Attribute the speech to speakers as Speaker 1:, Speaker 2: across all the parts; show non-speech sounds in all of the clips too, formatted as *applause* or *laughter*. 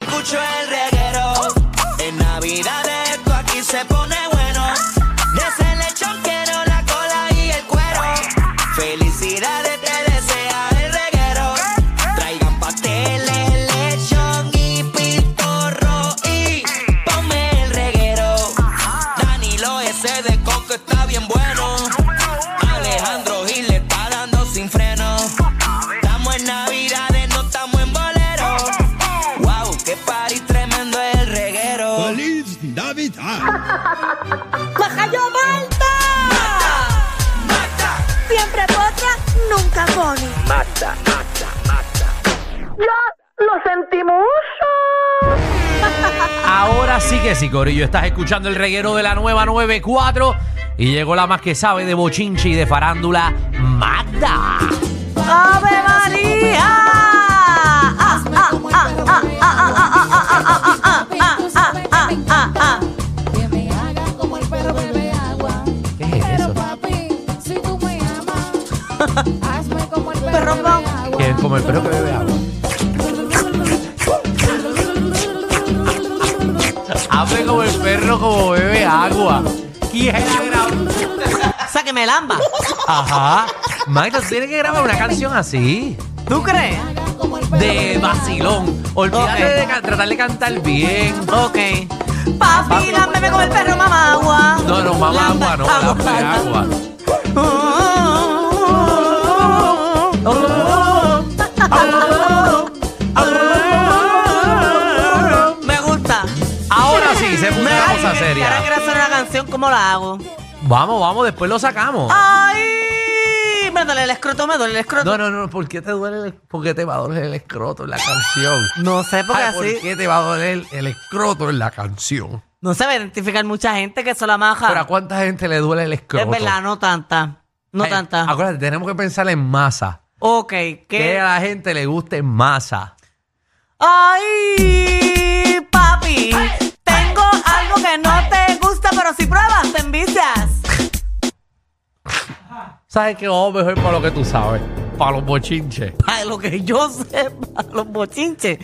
Speaker 1: escucho el reguero. En Navidad esto aquí se pone bueno. Desde el lechón quiero la cola y el cuero. Felicidades te desea el reguero. Traigan pasteles, lechón y pitorro y ponme el reguero. Danilo ese de coco está bien bueno. Alejandro Gil le está dando sin freno. Estamos en Navidades, no estamos en bolero. Wow, qué party tremendo el reguero.
Speaker 2: ¡Feliz Navidad!
Speaker 3: ¡Majayo Malta! Siempre potra, nunca pone.
Speaker 4: Ahora sí que sí, Corillo. Estás escuchando el reguero de la nueva 94 y llegó la más que sabe de bochinche y de farándula, Magda.
Speaker 3: ¡Ave María! Ah, ah, ah, ah, ah, ah, ah, ah, ah, ah, ah, ah, ah, ah, ah.
Speaker 5: Que me haga como el perro bebe agua.
Speaker 4: ¿Qué es
Speaker 5: Pero
Speaker 4: eso?
Speaker 5: papi, si tú me amas, hazme como el
Speaker 3: Perro
Speaker 5: perro bebe
Speaker 3: bom.
Speaker 5: agua.
Speaker 4: Que es como el perro que bebe agua. Hazme Ah, pues como el perro como bebe agua. ¿Quién la grabó?
Speaker 3: Sáqueme el amba.
Speaker 4: Ajá. Magda, tú tienes que grabar una canción así.
Speaker 3: ¿Tú crees?
Speaker 4: De vacilón. Olvídate
Speaker 3: Ok.
Speaker 4: de ca- tratar de cantar bien.
Speaker 3: Ok. Papi, lámpeme con el perro mamagua.
Speaker 4: No, no, mamá agua, no,
Speaker 3: Agua.
Speaker 4: dame agua.
Speaker 3: Me gusta.
Speaker 4: Ahora sí, se puso una cosa
Speaker 3: Y ahora
Speaker 4: seria.
Speaker 3: quiero hacer una canción, ¿cómo la hago?
Speaker 4: Vamos, vamos, después lo sacamos.
Speaker 3: Ah, ¡Ay! Me duele el escroto, me duele el escroto.
Speaker 4: No, no, no, ¿por qué te duele el, por qué te va a doler el escroto en la canción?
Speaker 3: No sé, porque
Speaker 4: Ay, ¿Por
Speaker 3: así
Speaker 4: qué te va a doler el escroto en la canción?
Speaker 3: no se va a identificar mucha gente que eso la maja.
Speaker 4: Pero ¿a cuánta gente le duele el
Speaker 3: Ah.
Speaker 4: escroto?
Speaker 3: es verdad, no tanta. No
Speaker 4: Ay,
Speaker 3: tanta.
Speaker 4: Acuérdate, tenemos que pensar en masa.
Speaker 3: Ok,
Speaker 4: Que
Speaker 3: ¿qué?
Speaker 4: a la gente le guste en masa.
Speaker 3: ¡Ay, papi! Tengo algo que no te gusta, pero si pruebas, te envicias. *laughs*
Speaker 4: ¿Sabes qué? Vamos mejor para lo que tú sabes. Para los bochinches. *laughs*
Speaker 3: Para lo que yo sé, para los bochinches.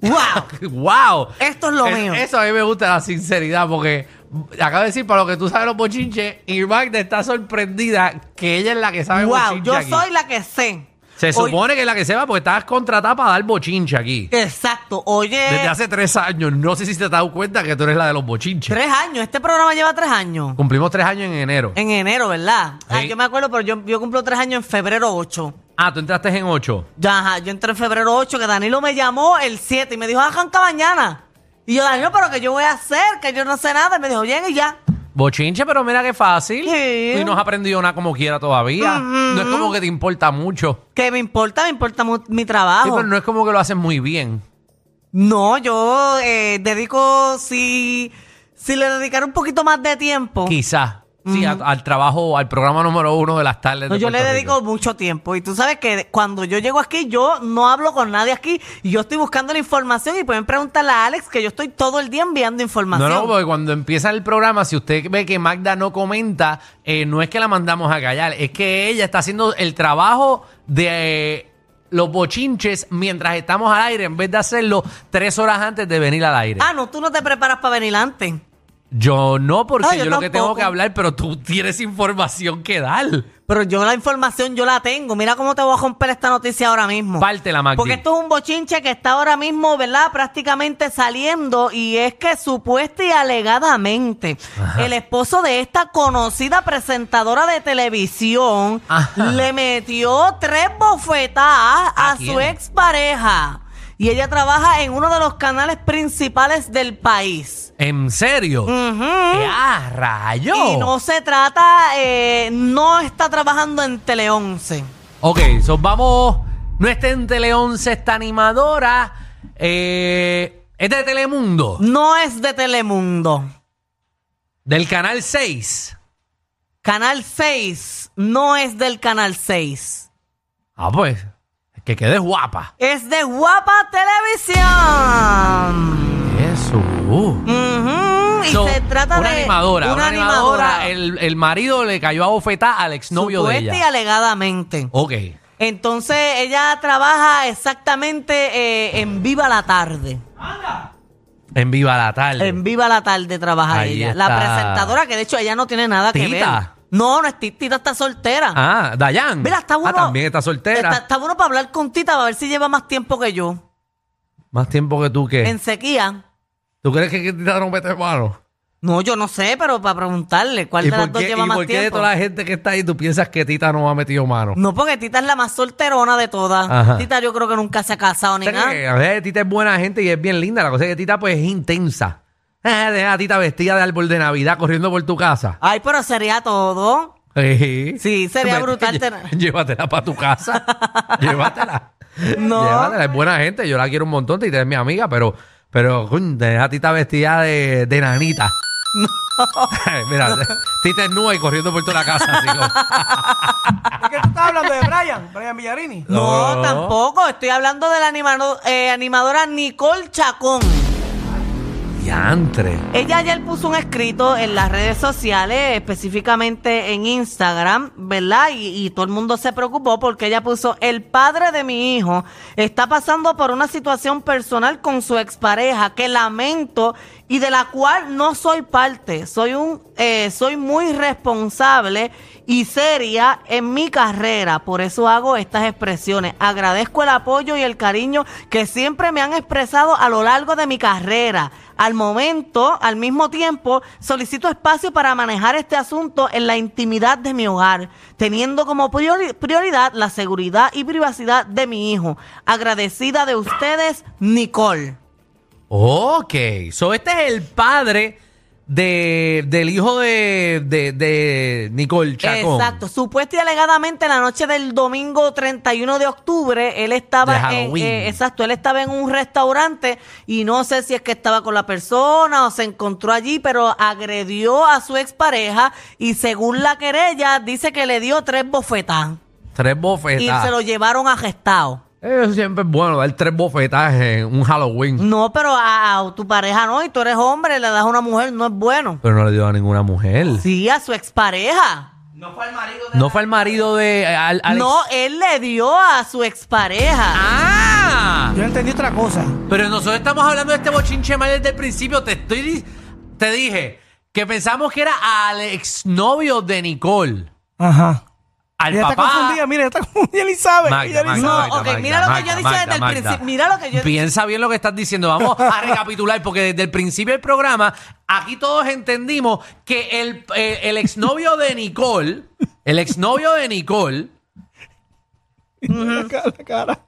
Speaker 3: ¡Wow!
Speaker 4: ¡Wow!
Speaker 3: Esto es lo
Speaker 4: Es-
Speaker 3: mío.
Speaker 4: Eso a mí me gusta la sinceridad porque acabo de decir para lo que tú sabes los bochinches y Magda está sorprendida que ella es la que sabe
Speaker 3: ¡Wow!
Speaker 4: bochinche
Speaker 3: Yo
Speaker 4: aquí.
Speaker 3: soy la que sé.
Speaker 4: Se
Speaker 3: Hoy-
Speaker 4: supone que es la que se va porque estabas contratada para dar bochinche aquí.
Speaker 3: Eh. Exacto. Oye,
Speaker 4: Desde hace tres años. No sé si te has dado cuenta que tú eres la de los bochinches.
Speaker 3: tres Eh. años. Este programa lleva tres años.
Speaker 4: Cumplimos tres años en enero.
Speaker 3: En enero, ¿verdad? Ay,
Speaker 4: Sí.
Speaker 3: yo me acuerdo, pero yo, yo cumplo tres años en febrero 8.
Speaker 4: Ah, tú entraste en ocho.
Speaker 3: Ya, ajá, yo entré en febrero 8, que Danilo me llamó el 7 y me dijo, "Ah, arranca mañana. Y yo, Danilo, pero que yo voy a hacer, que yo no sé nada. Y me dijo, llega y ya.
Speaker 4: Bochinche, pero mira qué fácil.
Speaker 3: Sí.
Speaker 4: Y no has aprendido nada como quiera todavía. No es como que te importa mucho.
Speaker 3: Que me importa, me importa mu- mi
Speaker 4: Sí,
Speaker 3: trabajo.
Speaker 4: pero no es como que lo haces muy bien.
Speaker 3: No, yo eh, dedico, si, si le dedicara un poquito más de tiempo.
Speaker 4: Quizás. Sí, a- al trabajo, al programa número uno de las tardes.
Speaker 3: No,
Speaker 4: de
Speaker 3: yo le
Speaker 4: Puerto
Speaker 3: dedico
Speaker 4: Rico.
Speaker 3: mucho tiempo. Y tú sabes que cuando yo llego aquí, yo no hablo con nadie aquí. Y yo estoy buscando la información y pueden preguntarle a Alex que yo estoy todo el día enviando
Speaker 4: No,
Speaker 3: información.
Speaker 4: no, porque cuando empieza el programa, si usted ve que Magda no comenta, eh, no es que la mandamos a callar, es que ella está haciendo el trabajo de eh, los bochinches mientras estamos al aire, en vez de hacerlo tres horas antes de venir al aire.
Speaker 3: Ah, no, tú no te preparas para venir antes.
Speaker 4: Yo no, porque
Speaker 3: Ah,
Speaker 4: yo,
Speaker 3: yo
Speaker 4: lo que tengo
Speaker 3: tampoco.
Speaker 4: que hablar, pero tú tienes información que dar.
Speaker 3: Pero yo la información yo la tengo. Mira cómo te voy a romper esta noticia ahora mismo.
Speaker 4: Pártela, Magdi.
Speaker 3: Porque esto es un bochinche que está ahora mismo, ¿verdad? Prácticamente saliendo y es que supuesta y alegadamente el esposo de esta conocida presentadora de televisión
Speaker 4: Ajá.
Speaker 3: le metió tres bofetadas
Speaker 4: ¿A
Speaker 3: a,
Speaker 4: quién?
Speaker 3: su expareja. Y ella trabaja en uno de los canales principales del país.
Speaker 4: ¿En serio?
Speaker 3: Ujú.
Speaker 4: ¡Eh, ¡Ah, rayo!
Speaker 3: Y no se trata, eh, no está trabajando en Tele 11.
Speaker 4: Ok, so vamos. No está en Tele 11 esta animadora. Eh, es de Telemundo,
Speaker 3: No es de Telemundo.
Speaker 4: del canal 6.
Speaker 3: Canal 6 no es del Canal 6.
Speaker 4: Ah, pues, que quedes guapa.
Speaker 3: Es de Guapa Televisión.
Speaker 4: Eso.
Speaker 3: Ujú, Y
Speaker 4: So,
Speaker 3: se trata
Speaker 4: una
Speaker 3: de
Speaker 4: animadora, una, animadora. El, el marido le cayó a bofetar al exnovio de
Speaker 3: Supuesta y
Speaker 4: ella.
Speaker 3: alegadamente.
Speaker 4: Ok.
Speaker 3: Entonces ella trabaja exactamente eh, en Viva la Tarde.
Speaker 4: En Viva la Tarde.
Speaker 3: En Viva la Tarde trabaja
Speaker 4: Ahí
Speaker 3: ella.
Speaker 4: está.
Speaker 3: La presentadora, que de hecho ella no tiene nada que ver.
Speaker 4: Tita.
Speaker 3: No, no es Tita, Tita está soltera.
Speaker 4: Ah, Dayan.
Speaker 3: Mira, está bueno.
Speaker 4: Ah, también está soltera.
Speaker 3: Está, está bueno para hablar con Tita, para ver si lleva más tiempo que yo.
Speaker 4: Más tiempo que tú que.
Speaker 3: En sequía.
Speaker 4: ¿Tú crees que Tita no mete mano?
Speaker 3: No, yo no sé, pero para preguntarle cuál de
Speaker 4: ¿Y por
Speaker 3: las dos
Speaker 4: qué,
Speaker 3: lleva
Speaker 4: y
Speaker 3: más
Speaker 4: por qué de
Speaker 3: tiempo.
Speaker 4: toda la gente que está ahí tú piensas que Tita no ha metido mano?
Speaker 3: No, porque Tita es la más solterona de todas.
Speaker 4: Ajá.
Speaker 3: Tita yo creo que nunca se ha casado ni
Speaker 4: O sea,
Speaker 3: nada.
Speaker 4: que, a ver, Tita es buena gente y es bien linda. La cosa es que Tita pues es intensa. Ah, deja a Tita vestida de árbol de Navidad corriendo por tu casa.
Speaker 3: Ay, pero sería todo.
Speaker 4: Sí,
Speaker 3: Sí, sería
Speaker 4: Vete,
Speaker 3: brutal
Speaker 4: lle-
Speaker 3: tener-
Speaker 4: *laughs* Llévatela para
Speaker 3: *laughs*
Speaker 4: tu casa. llévatela.
Speaker 3: No.
Speaker 4: Llévatela. Es buena gente. Yo la quiero un montón. Tita es mi amiga, pero, pero coño, deja a Tita vestida de,
Speaker 3: *laughs*
Speaker 4: de nanita. *laughs* Mira, Tita es nua y corriendo por toda la casa. así como-
Speaker 6: ¿De qué tú estás hablando de Brian? Brian Villarini.
Speaker 3: No,
Speaker 4: No.
Speaker 3: tampoco. Estoy hablando de la animado- eh, animadora Nicole Chacón.
Speaker 4: Diantre.
Speaker 3: Ella ayer puso un escrito en las redes sociales, específicamente en Instagram, ¿verdad? Y, y todo el mundo se preocupó porque ella puso, el padre de mi hijo está pasando por una situación personal con su expareja que lamento y de la cual no soy parte. Soy, un, eh, soy muy responsable y seria en mi carrera. Por eso hago estas expresiones. Agradezco el apoyo y el cariño que siempre me han expresado a lo largo de mi carrera. Al momento, al mismo tiempo, solicito espacio para manejar este asunto en la intimidad de mi hogar, teniendo como priori- prioridad la seguridad y privacidad de mi hijo. Agradecida de ustedes, Nicole.
Speaker 4: Ok, so este es el padre de, del hijo de, de, de Nicole Chacón.
Speaker 3: Exacto. Supuesta y alegadamente la noche del domingo 31 de octubre, él
Speaker 4: De
Speaker 3: estaba en,
Speaker 4: Halloween.
Speaker 3: eh, exacto, él estaba en un restaurante y no sé si es que estaba con la persona o se encontró allí, pero agredió a su expareja y según la querella dice que le dio tres bofetadas
Speaker 4: Tres
Speaker 3: y se lo
Speaker 4: bofetadas.
Speaker 3: llevaron arrestado.
Speaker 4: Eso siempre es bueno, dar tres bofetadas en un Halloween.
Speaker 3: No, pero a, a tu pareja no, y tú eres hombre, le das a una mujer, no es bueno.
Speaker 4: Pero no le dio a ninguna mujer.
Speaker 3: Sí, a su expareja.
Speaker 4: No fue el marido de eh, Al- Alex.
Speaker 3: No, él le dio a su expareja.
Speaker 4: ¡Ah!
Speaker 6: Yo entendí otra cosa.
Speaker 4: Pero nosotros estamos hablando de este bochinche mal desde el principio. Te estoy di- te dije que pensamos que era al exnovio de Nicole.
Speaker 6: Ajá.
Speaker 4: Al
Speaker 6: Ella está
Speaker 4: papá.
Speaker 6: confundida, mira, ella está confundida. Ella ni sabe.
Speaker 4: Magda,
Speaker 6: ella ni
Speaker 4: Magda,
Speaker 6: sabe.
Speaker 4: Magda,
Speaker 3: ok,
Speaker 4: Magda,
Speaker 3: mira lo que yo dije
Speaker 4: Magda,
Speaker 3: desde
Speaker 4: Magda,
Speaker 3: el
Speaker 4: Magda.
Speaker 3: principio. Mira lo que yo-
Speaker 4: Piensa bien lo que estás diciendo. Vamos a recapitular, porque desde el principio del programa, aquí todos entendimos que el, eh, el exnovio de Nicole, el exnovio de Nicole,
Speaker 6: La cara, la cara.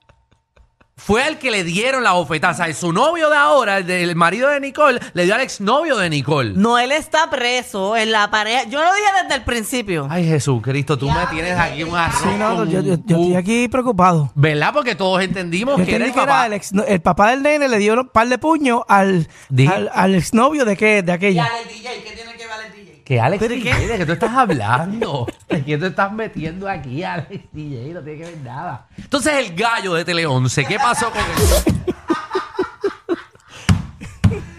Speaker 4: fue al que le dieron la bofetada. O sea, su novio de ahora, el, del marido de Nicole, le dio al exnovio de Nicole.
Speaker 3: No, él está preso en la pareja. Yo lo dije desde el principio.
Speaker 4: Ay, Jesucristo, tú me tienes aquí un arroz
Speaker 6: Sí, no,
Speaker 4: con
Speaker 6: yo, yo- yo
Speaker 4: un
Speaker 6: estoy
Speaker 4: cu-
Speaker 6: aquí preocupado.
Speaker 4: ¿Verdad? Porque todos entendimos
Speaker 6: Yo
Speaker 4: que era
Speaker 6: entendí
Speaker 4: el
Speaker 6: que era
Speaker 4: papá.
Speaker 6: el, ex- el papá del nene le dio un par de puños al,
Speaker 4: Dije-
Speaker 6: al, al exnovio de, que, de aquella.
Speaker 4: Que Alex DJ, ¿de qué tú estás hablando? ¿De qué te estás metiendo aquí, Alex DJ? No tiene que ver nada. Entonces, el gallo de Tele 11, ¿qué pasó con él?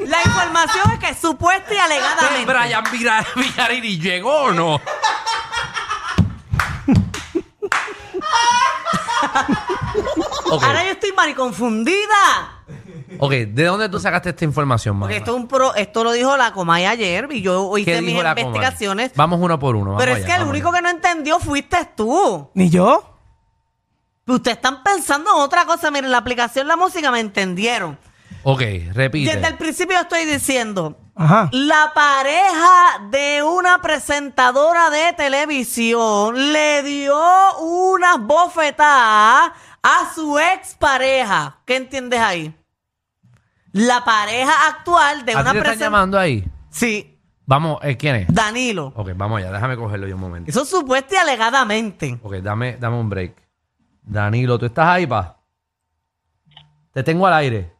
Speaker 3: La información es que supuesta y
Speaker 4: Entonces,
Speaker 3: alegadamente.
Speaker 4: Brian Vira- Villarini llegó o no? ok,
Speaker 3: Ahora yo estoy mariconfundida.
Speaker 4: ok, ¿de dónde tú sacaste esta información,
Speaker 3: Porque esto,
Speaker 4: Magda?
Speaker 3: es un pro- esto lo dijo la Comay ayer y yo hice mis
Speaker 4: la comadre?
Speaker 3: investigaciones.
Speaker 4: Vamos uno por uno.
Speaker 3: Pero es que el único que no entendió fuiste tú.
Speaker 6: Ni yo.
Speaker 3: Ustedes están pensando en otra cosa. Miren, la aplicación La Música me entendieron.
Speaker 4: Ok,
Speaker 3: Desde
Speaker 4: repite.
Speaker 3: el principio estoy diciendo,
Speaker 6: Ajá.
Speaker 3: La pareja de una presentadora de televisión le dio unas bofetadas a su expareja. ¿Qué entiendes ahí? La pareja actual de
Speaker 4: ¿A ti
Speaker 3: una
Speaker 4: te están
Speaker 3: presentadora.
Speaker 4: llamando ahí?
Speaker 3: Sí,
Speaker 4: Vamos, eh, ¿quién es?
Speaker 3: Danilo.
Speaker 4: Ok, vamos allá, déjame cogerlo yo un momento.
Speaker 3: Eso supuesta y alegadamente.
Speaker 4: Ok, dame, dame un break. Danilo, ¿tú estás ahí, pa? Te tengo al aire.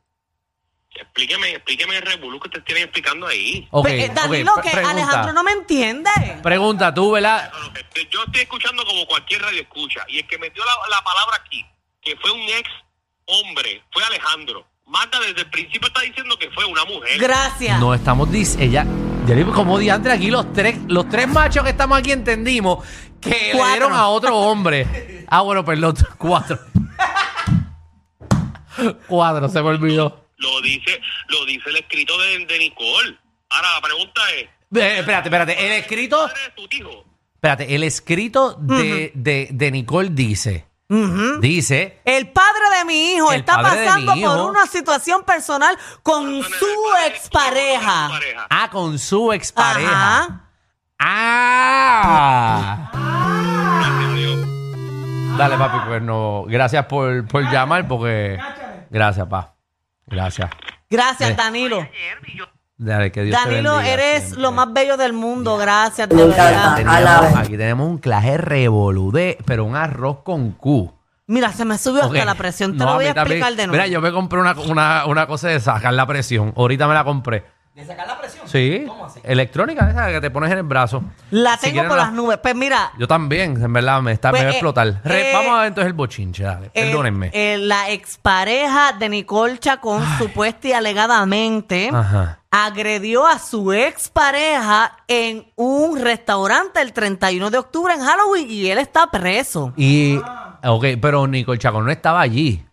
Speaker 7: Explíqueme, explíqueme el revolú que te estoy explicando ahí.
Speaker 4: Ok,
Speaker 3: Pe- eh,
Speaker 4: ok,
Speaker 3: Danilo,
Speaker 4: pre-
Speaker 3: que
Speaker 4: pregunta.
Speaker 3: Alejandro no me entiende.
Speaker 4: Pregunta, tú, ¿verdad?
Speaker 7: Este, Yo estoy escuchando como cualquier radio escucha y el que metió la, la palabra aquí, que fue un ex hombre, fue Alejandro. Marta desde el principio está diciendo que fue una mujer.
Speaker 3: Gracias.
Speaker 4: No estamos dis ella. Ya digo, como diantre aquí los tres, los tres machos que estamos aquí entendimos que le
Speaker 3: Cuatro.
Speaker 4: dieron a
Speaker 3: *laughs*
Speaker 4: otro hombre. Ah, bueno, perdón, cuatro. cuatro, se me olvidó.
Speaker 7: Lo dice, lo dice es el escrito de, de Nicole. Ahora la pregunta es,
Speaker 4: Eh, espérate, espérate. El escrito.
Speaker 7: ¿padre de tu hijo?
Speaker 4: Espérate, el escrito de, de- de Nicole dice.
Speaker 3: Ujú.
Speaker 4: Dice.
Speaker 3: El padre de mi hijo
Speaker 4: El
Speaker 3: está
Speaker 4: padre de
Speaker 3: pasando
Speaker 4: mi
Speaker 3: por
Speaker 4: hijo.
Speaker 3: una situación personal con
Speaker 7: Persona de
Speaker 3: su
Speaker 7: padre,
Speaker 3: expareja.
Speaker 7: con su pareja.
Speaker 4: Ah, con su expareja.
Speaker 3: Ajá.
Speaker 4: Ah.
Speaker 7: Entendió.
Speaker 4: Dale, papi, pues no. Gracias por, por llamar porque. Gracias, pa. Gracias.
Speaker 3: Gracias,
Speaker 4: Ve.
Speaker 3: Danilo.
Speaker 4: Dale, que Dios te
Speaker 3: Danilo,
Speaker 4: bendiga
Speaker 3: eres
Speaker 4: siempre.
Speaker 3: lo más bello del mundo. Gracias, de
Speaker 8: Me
Speaker 3: verdad.
Speaker 8: encanta.
Speaker 4: Teníamos-
Speaker 8: A la vez.
Speaker 4: aquí tenemos un claje revoludé, pero un arroz con Q.
Speaker 3: Mira, se me subió
Speaker 4: Ok.
Speaker 3: hasta la presión. Te
Speaker 4: No,
Speaker 3: lo voy a
Speaker 4: mí también.
Speaker 3: explicar de nuevo.
Speaker 4: Mira, yo me compré una, una, una cosa de sacar la presión. Ahorita me la compré. ¿De sacar la presión? Sí. Electrónica esa que te pones en el brazo.
Speaker 3: La
Speaker 4: Si
Speaker 3: tengo
Speaker 4: quieres
Speaker 3: por
Speaker 4: no la-
Speaker 3: las nubes. Pues mira,
Speaker 4: Yo también, en verdad, me, está,
Speaker 3: Pues,
Speaker 4: me va
Speaker 3: eh,
Speaker 4: a explotar. Re-
Speaker 3: eh,
Speaker 4: vamos a ver entonces el bochinche, dale.
Speaker 3: eh,
Speaker 4: Perdónenme.
Speaker 3: eh, la expareja de Nicole Chacón, supuesta y alegadamente,
Speaker 4: Ajá.
Speaker 3: agredió a su expareja en un restaurante el 31 de octubre en Halloween y él está preso.
Speaker 4: Y, ok, pero Nicole Chacón no estaba allí.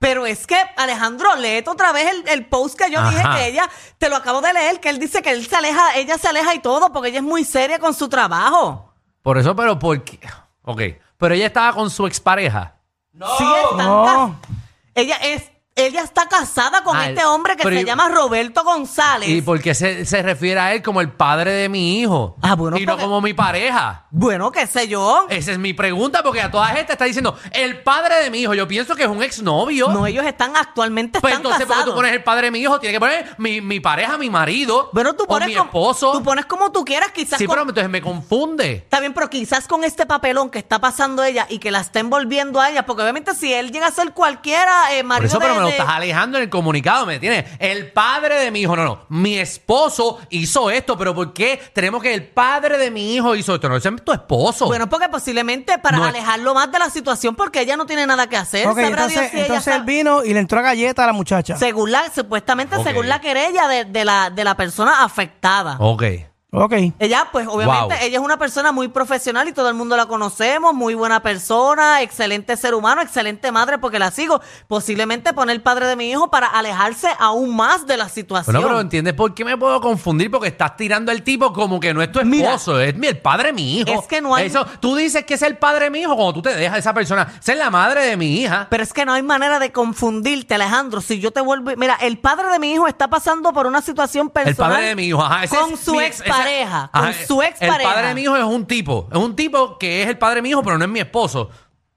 Speaker 3: Pero es que, Alejandro, léete otra vez el, el post que yo dije
Speaker 4: Ajá.
Speaker 3: que ella, te lo acabo de leer, que él dice que él se aleja, ella se aleja y todo porque ella es muy seria con su trabajo.
Speaker 4: Por eso, pero porque. Ok, pero ella estaba con su expareja.
Speaker 3: sí, están
Speaker 6: No.
Speaker 3: cas- Ella es, ella está casada con
Speaker 4: Ah,
Speaker 3: este hombre que
Speaker 4: pero
Speaker 3: se
Speaker 4: y-
Speaker 3: llama Roberto González.
Speaker 4: ¿Y por qué se, se refiere a él como el padre de mi hijo?
Speaker 3: Ah, bueno,
Speaker 4: Y no
Speaker 3: porque-
Speaker 4: como mi pareja.
Speaker 3: Bueno, qué sé yo.
Speaker 4: Esa es mi pregunta, porque a toda gente está diciendo, el padre de mi hijo, yo pienso que es un exnovio.
Speaker 3: No, ellos están actualmente
Speaker 4: pues
Speaker 3: están
Speaker 4: entonces, ¿por qué tú
Speaker 3: casados.
Speaker 4: pones el padre de mi hijo? Tiene que poner mi, mi pareja, mi marido,
Speaker 3: Bueno, tú
Speaker 4: o
Speaker 3: pones
Speaker 4: mi
Speaker 3: como-
Speaker 4: esposo.
Speaker 3: Tú pones como tú quieras, quizás
Speaker 4: sí,
Speaker 3: con-
Speaker 4: pero entonces me confunde.
Speaker 3: Está bien, pero quizás con este papelón que está pasando ella y que la está envolviendo a ella, porque obviamente si él llega a ser cualquiera eh,
Speaker 4: Por
Speaker 3: marido
Speaker 4: eso, pero
Speaker 3: de-
Speaker 4: me lo
Speaker 3: de-
Speaker 4: estás alejando en el comunicado, ¿me entiendes? El padre de mi hijo, no, no. Mi esposo hizo esto, pero ¿por qué tenemos que el padre de mi hijo hizo esto? No, ese es tu esposo.
Speaker 3: Bueno, porque posiblemente para
Speaker 4: Oh. No es-
Speaker 3: alejarlo más de la situación, porque ella no tiene nada que hacer.
Speaker 6: Ok,
Speaker 3: Sabrá Dios
Speaker 6: entonces,
Speaker 3: si ella
Speaker 6: entonces él
Speaker 3: sabe-
Speaker 6: vino y le entró a galleta a la muchacha.
Speaker 3: Según la, supuestamente
Speaker 4: Ok.
Speaker 3: según la querella de, de la, de la persona afectada.
Speaker 4: ok.
Speaker 6: Ok.
Speaker 3: Ella, pues obviamente,
Speaker 4: Oh. Wow.
Speaker 3: ella es una persona muy profesional y todo el mundo la conocemos, muy buena persona, excelente ser humano, excelente madre porque la sigo. Posiblemente pone el padre de mi hijo para alejarse aún más de la situación.
Speaker 4: Bueno, pero ¿entiendes por qué me puedo confundir? Porque estás tirando al tipo como que no es tu
Speaker 3: Mira.
Speaker 4: esposo, es mi, el padre de mi hijo.
Speaker 3: Es que no hay-
Speaker 4: Eso, tú dices que es el padre de mi hijo cuando tú te dejas a esa persona. Esa es la madre de mi hija.
Speaker 3: Pero es que no hay manera de confundirte, Alejandro. Si yo te vuelvo. Mira, el padre de mi hijo está pasando por una situación personal.
Speaker 4: El padre de mi hijo, ajá. ese
Speaker 3: con
Speaker 4: es
Speaker 3: su
Speaker 4: mi ex-
Speaker 3: expareja.
Speaker 4: ese- ajá,
Speaker 3: con su expareja.
Speaker 4: El padre de mi hijo es un tipo. Es un tipo que es el padre de mi hijo, pero no es mi esposo.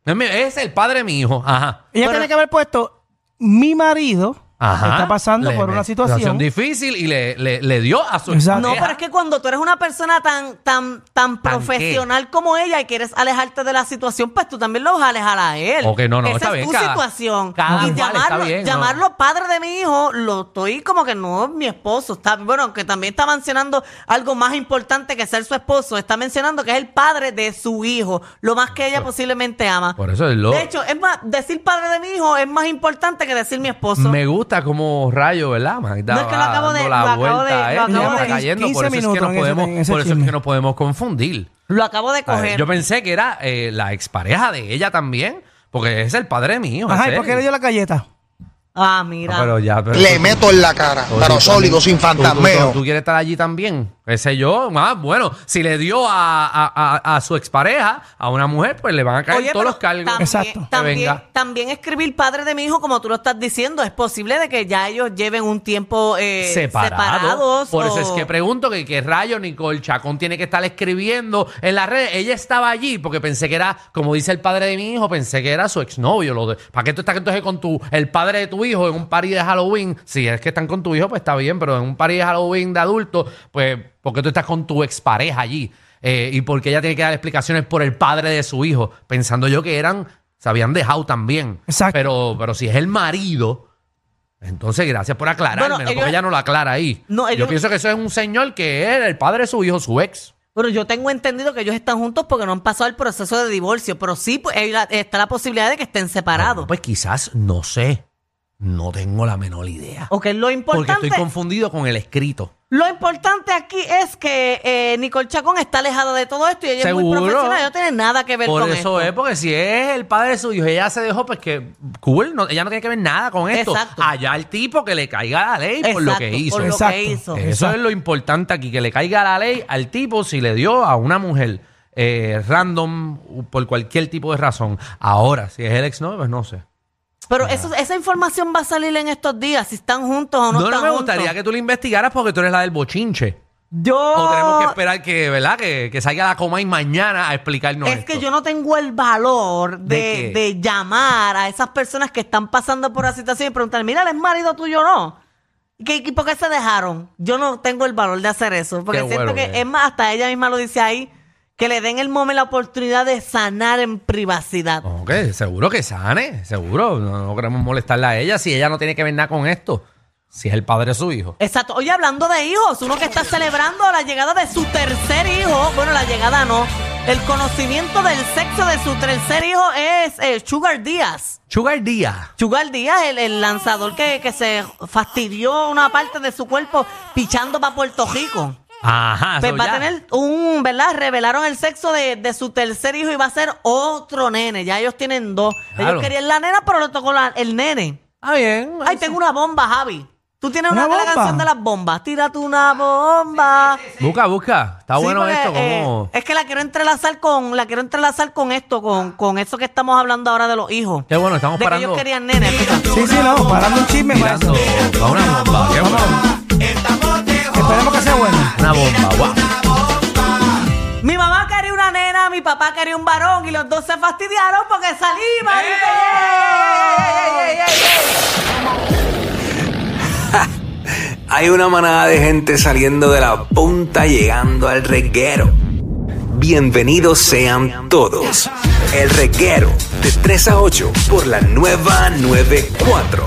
Speaker 4: No es, mi- es el padre de mi hijo, ajjo
Speaker 6: Ella tiene que haber puesto, mi marido
Speaker 4: Ajá.
Speaker 6: está pasando
Speaker 4: Le-
Speaker 6: por una
Speaker 4: le-
Speaker 6: situación.
Speaker 4: difícil y le, le- le dio a su
Speaker 6: Exacto.
Speaker 3: No,
Speaker 4: expareja.
Speaker 3: pero es que cuando tú eres una persona tan, tan, tan profesional como ella y quieres alejarte de la situación, pues tú también lo vas a alejar a él.
Speaker 4: Ok, no, no,
Speaker 3: Esa
Speaker 4: está
Speaker 3: es
Speaker 4: bien,
Speaker 3: tu
Speaker 4: cada-
Speaker 3: situación.
Speaker 4: cada
Speaker 3: y
Speaker 4: cual, está
Speaker 3: llamarlo,
Speaker 4: bien, ¿no?
Speaker 3: llamarlo padre de mi hijo, lo estoy como que no es mi esposo. Está, bueno, aunque también está mencionando algo más importante que ser su esposo, está mencionando que es el padre de su hijo, lo más que ella posiblemente ama.
Speaker 4: Por eso es lo.
Speaker 3: De hecho, es más, decir padre de mi hijo es más importante que decir mi esposo.
Speaker 4: Me gusta como rayo, ¿verdad, Magda?
Speaker 3: No, es que lo
Speaker 4: Va
Speaker 3: acabo de- lo
Speaker 4: dando la
Speaker 3: acabo
Speaker 4: vuelta
Speaker 3: de-
Speaker 4: a
Speaker 3: lo
Speaker 4: esto,
Speaker 3: acabo
Speaker 4: va
Speaker 3: de-
Speaker 4: cayendo, por
Speaker 6: 15
Speaker 4: eso es que
Speaker 6: minutos
Speaker 4: no
Speaker 6: en ese-
Speaker 4: podemos,
Speaker 6: en ese
Speaker 4: por eso es
Speaker 6: chisme.
Speaker 4: que no podemos confundir.
Speaker 3: Lo acabo de
Speaker 4: A ver,
Speaker 3: coger.
Speaker 4: Yo pensé que era eh, la expareja de ella también, porque es el padre de mi hijo.
Speaker 6: Ajá,
Speaker 4: es
Speaker 6: ¿y por
Speaker 4: él.
Speaker 6: qué le dio la galleta?
Speaker 3: Ah, mira.
Speaker 4: Ah, pero ya, pero
Speaker 9: Le
Speaker 4: tú-
Speaker 9: meto en la cara,
Speaker 4: tú-
Speaker 9: pero
Speaker 4: tú-
Speaker 9: sólido,
Speaker 4: tú-
Speaker 9: sin
Speaker 4: tú- tú-
Speaker 9: fantasmeo.
Speaker 4: Tú, quieres estar allí también? ¿Qué sé yo? Ah, bueno, si le dio a, a- a- a su expareja, a una mujer, pues le van a caer
Speaker 3: Oye,
Speaker 4: todos
Speaker 3: pero
Speaker 4: los cargos.
Speaker 3: También,
Speaker 6: Exacto. Que
Speaker 3: También,
Speaker 4: venga.
Speaker 3: también escribir padre de mi hijo, como tú lo estás diciendo, es posible de que ya ellos lleven un tiempo eh,
Speaker 4: separado.
Speaker 3: separados.
Speaker 4: Por eso
Speaker 3: o-
Speaker 4: es que pregunto que qué rayo Nicole Chacón tiene que estar escribiendo en las redes. Ella estaba allí porque pensé que era, como dice el padre de mi hijo, pensé que era su exnovio. Lo de, ¿Para qué tú estás entonces con tu, el padre de tu hijo en un party de Halloween? Si es que están con tu hijo, pues está bien, pero en un party de Halloween de adultos, pues ¿por qué tú estás con tu expareja allí? Eh, y porque ella tiene que dar explicaciones por el padre de su hijo, pensando yo que eran, se habían dejado también.
Speaker 6: Exacto.
Speaker 4: Pero, pero si es el marido, entonces gracias por aclarármelo,
Speaker 3: Bueno, ellos-
Speaker 4: porque ella no la aclara ahí.
Speaker 3: No, ellos-
Speaker 4: Yo pienso que eso es un señor que era el padre de su hijo, su ex.
Speaker 3: Bueno, yo tengo entendido que ellos están juntos porque no han pasado el proceso de divorcio, pero sí pues, hay la- está la posibilidad de que estén separados.
Speaker 4: Bueno, pues quizás, Ah, no sé. No tengo la menor idea.
Speaker 3: Ok, lo
Speaker 4: Porque
Speaker 3: importante,
Speaker 4: estoy confundido con el escrito.
Speaker 3: lo importante aquí es que eh, Nicole Chacón está alejada de todo esto y ella es muy
Speaker 4: Seguro.
Speaker 3: profesional, ella no tiene nada que ver
Speaker 4: Por
Speaker 3: con
Speaker 4: eso
Speaker 3: esto.
Speaker 4: es, porque si es el padre de su hijo, ella se dejó, pues que cool, no- ella no tiene que ver nada con esto.
Speaker 3: Exacto.
Speaker 4: Allá el tipo que le caiga la ley por lo que
Speaker 3: Exacto,
Speaker 4: hizo. Eh,
Speaker 3: Por lo
Speaker 6: Exacto.
Speaker 3: que hizo.
Speaker 4: Eso es lo importante aquí, que le caiga la ley al tipo si le dio a una mujer eh, random u- por cualquier tipo de razón. Ahora, si es el ex no, pues no sé.
Speaker 3: Pero eso, esa información va a salir en estos días, si están juntos o no,
Speaker 4: No, no,
Speaker 3: están
Speaker 4: me gustaría
Speaker 3: juntos.
Speaker 4: que tú le investigaras porque tú eres la del bochinche.
Speaker 3: Yo...
Speaker 4: O tenemos que esperar que, ¿verdad? Que, que salga la coma y mañana a explicarnos
Speaker 3: es que
Speaker 4: esto.
Speaker 3: yo no tengo el valor de,
Speaker 4: ¿De qué?
Speaker 3: de llamar a esas personas que están pasando por la situación y preguntar, mira, ¿él es marido tuyo o no? ¿Qué, qué- por qué se dejaron? Yo no tengo el valor de hacer eso, porque
Speaker 4: Qué
Speaker 3: siento
Speaker 4: bueno
Speaker 3: que,
Speaker 4: que-
Speaker 3: es más, hasta ella misma lo dice ahí, que le den el momen la oportunidad de sanar en privacidad.
Speaker 4: Ok, seguro que sane, seguro. No, no queremos molestarla a ella si ella no tiene que ver nada con esto. Si es el padre de su hijo.
Speaker 3: Exacto. Oye, hablando de hijos, uno que está celebrando la llegada de su tercer hijo, bueno, la llegada no, el conocimiento del sexo de su tercer hijo es eh, Sugar Díaz.
Speaker 4: Sugar Díaz.
Speaker 3: Sugar Díaz, el, el lanzador que, que se fastidió una parte de su cuerpo pichando para Puerto Rico.
Speaker 4: Ajá,
Speaker 3: Pues
Speaker 4: eso
Speaker 3: va a
Speaker 4: Ah, ya.
Speaker 3: tener un, ¿verdad? Revelaron el sexo de, de su tercer hijo y va a ser otro nene. Ya ellos tienen dos.
Speaker 4: Claro.
Speaker 3: Ellos querían la nena, pero le tocó la- el nene.
Speaker 4: Ah, bien.
Speaker 3: Ay, tengo una bomba, Javi. Tú tienes una,
Speaker 6: ¿Una
Speaker 3: la
Speaker 6: bomba?
Speaker 3: canción de las bombas. Tírate una bomba.
Speaker 4: Busca, busca. Está
Speaker 3: Sí,
Speaker 4: bueno
Speaker 3: porque,
Speaker 4: esto.
Speaker 3: eh,
Speaker 4: Como...
Speaker 3: es que la quiero entrelazar con, la quiero entrelazar con esto, con, con eso que estamos hablando ahora de los hijos.
Speaker 4: Qué bueno, estamos
Speaker 3: de que
Speaker 4: parando.
Speaker 3: ellos querían nene.
Speaker 6: Sí, sí, no, parando un chisme para
Speaker 4: Tirando
Speaker 6: eso.
Speaker 4: pa' una bomba. Qué bueno.
Speaker 6: Esperemos que sea bueno.
Speaker 4: Una bomba, guau.
Speaker 3: Mi mamá quería una nena, mi papá quería un varón y los dos se fastidiaron porque salí, marica.
Speaker 8: Hay una manada de gente saliendo de la punta llegando al reguero. Bienvenidos sean todos. El reguero de 3 a 8 por la nueva 94.